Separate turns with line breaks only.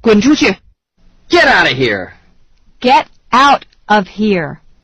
滚出去！
Get out of here!
Get out of here.